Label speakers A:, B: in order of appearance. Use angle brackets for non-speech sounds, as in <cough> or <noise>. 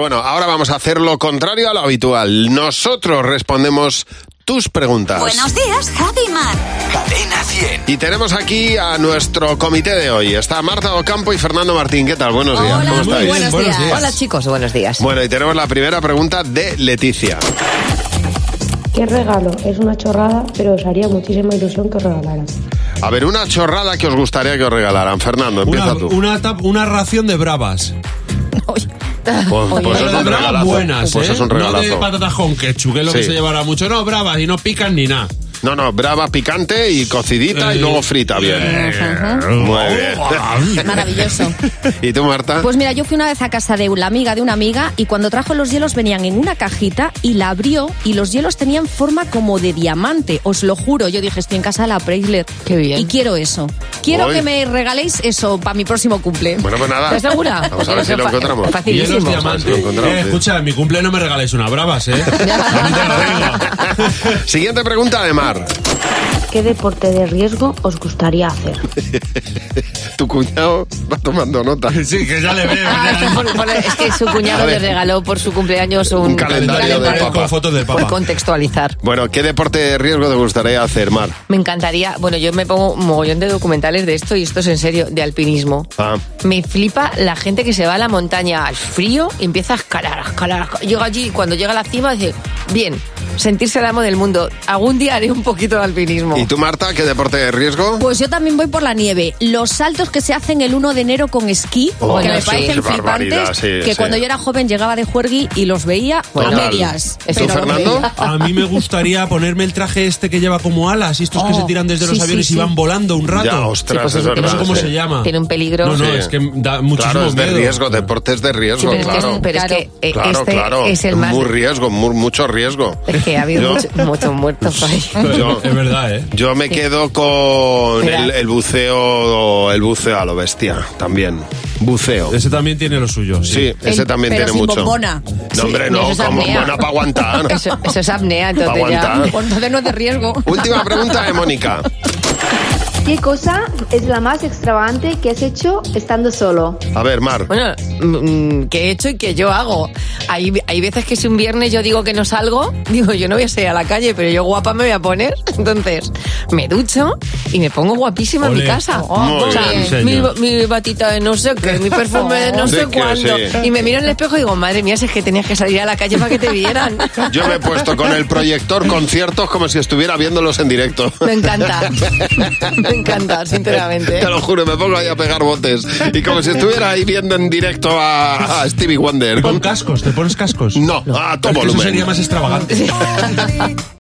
A: Bueno, ahora vamos a hacer lo contrario a lo habitual. Nosotros respondemos tus preguntas.
B: Buenos días, Javi y Mar.
C: Cadena 100.
A: Y tenemos aquí a nuestro comité de hoy. Está Marta Ocampo y Fernando Martín. ¿Qué tal? Buenos días. ¿Cómo estáis?
D: buenos días. Hola chicos, buenos días.
A: Bueno, y tenemos la primera pregunta de Leticia.
E: ¿Qué regalo? Es una chorrada, pero os haría muchísima ilusión que os regalaran.
A: A ver, una chorrada que os gustaría que os regalaran. Fernando, empieza
F: Una,
A: tú.
F: una tap- una ración de bravas.
A: Pues, pues
F: Pero
A: es
F: de
A: un
F: bravas
A: regalazo.
F: buenas,
A: pues
F: ¿eh?
A: es un
F: No de
A: regalazo.
F: patatas con ketchup, que es lo que
A: Sí.
F: se llevará mucho. No, bravas y no pican ni nada.
A: No, no, brava picante y cocidita y
F: Eh,
A: luego frita bien. Muy bien. <laughs>
G: Maravilloso.
A: ¿Y tú, Marta?
G: Pues mira, yo fui una vez a casa de la amiga de una amiga y cuando trajo los hielos venían en una cajita y la abrió y los hielos tenían forma como de diamante. Os lo juro, yo dije, estoy en casa de la Preisler.
D: Qué bien.
G: Y quiero eso. Quiero
A: Uy.
G: que me regaléis eso para mi próximo cumple.
A: Bueno, pues nada.
D: ¿Estás segura?
A: Vamos a ver si lo
D: Fa-
A: encontramos.
F: Y yo los
D: Facilísimo.
F: diamantes.
A: Lo encontramos,
F: Eh,
A: sí.
F: escucha, en mi cumple no me regaléis una bravas, ¿eh? <laughs>
A: Siguiente pregunta de Mar.
E: ¿Qué deporte de riesgo os gustaría hacer?
A: <laughs> Tu cuñado va tomando nota.
F: sí, que ya le veo.
D: Ah,
F: ya-
D: está por- por- es que su
A: A
D: cuñado le
A: ver.
D: regaló por su cumpleaños un,
A: Un calendario de
D: para-
A: papa.
F: Con fotos del
D: Por
F: papa.
D: contextualizar.
A: Bueno, ¿qué deporte de riesgo te gustaría hacer, Mar?
D: Me encantaría, bueno, yo me pongo un mogollón de documentales de esto y esto es en serio, de alpinismo.
A: Ah.
D: Me flipa la gente que se va a la montaña al frío y empieza a escalar, a escalar. a escalar. Llega allí y cuando llega a la cima dice, bien, sentirse el amo del mundo. Algún día haré un poquito de alpinismo.
A: ¿Y tú, Marta, qué deporte de riesgo?
G: Pues yo también voy por la nieve. Los saltos que se hacen el 1 de enero con esquí,
A: Oh,
G: que
A: eso
G: me
A: es
G: parecen
A: barbaridad,
G: flipantes,
A: sí,
G: que
A: sí.
G: cuando yo era joven llegaba de juergui y los veía
D: Pues
A: Total.
G: a medias.
A: ¿Tú,
G: Pero los
A: Fernando?
G: veía.
F: A mí me gustaría ponerme el traje este que lleva como alas y estos que
G: Oh,
F: se tiran desde
G: sí,
F: los
G: sí,
F: aviones
G: sí.
F: y van volando un rato.
A: Ya, ostras,
D: Sí, pues
A: es
D: eso que
F: No
A: verdad.
F: sé cómo
A: sí.
F: se llama.
D: Tiene un peligro.
F: No, no,
A: Sí.
F: es que da muchísimo
A: Claro, es de
F: miedo.
A: riesgo, deportes de
D: Sí,
A: riesgo,
D: pero, es
A: claro.
D: que, este, pero es que, eh,
A: claro,
D: este
A: claro.
D: es el más...
A: Muy riesgo, mu- mucho riesgo.
D: Es que ha
A: <laughs>
D: habido
A: Yo-
D: mucho- muchos muertos ahí.
A: Yo-
F: Es verdad, ¿eh?
A: Yo me quedo con
D: Espera.
A: el, el buceo, el buceo a lo bestia, también. Buceo.
F: Ese también tiene lo suyo.
A: Sí, ese
G: El-
A: también
G: pero
A: tiene
G: sin
A: mucho.
G: bombona.
A: No, hombre,
D: Sí,
A: no,
D: eso es
A: con
D: apnea.
A: bombona para aguantar.
D: <laughs> Eso, eso es apnea, entonces
A: Pa'
D: ya... <laughs>
A: aguantar.
G: Pues Entonces no es de riesgo.
A: Última pregunta de Mónica.
H: ¿Qué cosa es la más extravagante que has hecho estando solo?
A: A ver, Mar.
D: Bueno, mm, que he hecho y que yo hago. Hay, hay veces que si un viernes yo digo que no salgo, <laughs> digo yo no voy a salir a la calle, pero yo guapa me voy a poner. <laughs> Entonces me ducho y me pongo guapísima en
F: Olé.
D: mi casa.
A: Muy
D: o sea,
A: bien,
D: mi,
F: señor.
D: mi batita de no sé qué, mi perfume de
A: <laughs>
D: no
A: De
D: sé
A: que
D: cuándo.
A: sí.
D: Y me miro en el espejo y digo, madre mía, si es que tenías que salir a la calle para que te vieran.
A: <laughs> Yo me he puesto con el proyector conciertos como si estuviera viéndolos en directo.
D: Me encanta.
A: <laughs>
D: Me encanta, <laughs> sinceramente.
A: Te lo juro, me pongo ahí a pegar botes. Y como si estuviera ahí viendo en directo a, a Stevie Wonder.
F: Con cascos, ¿te pones cascos?
A: No, a todo
F: Es que Eso
A: volumen.
F: sería más extravagante.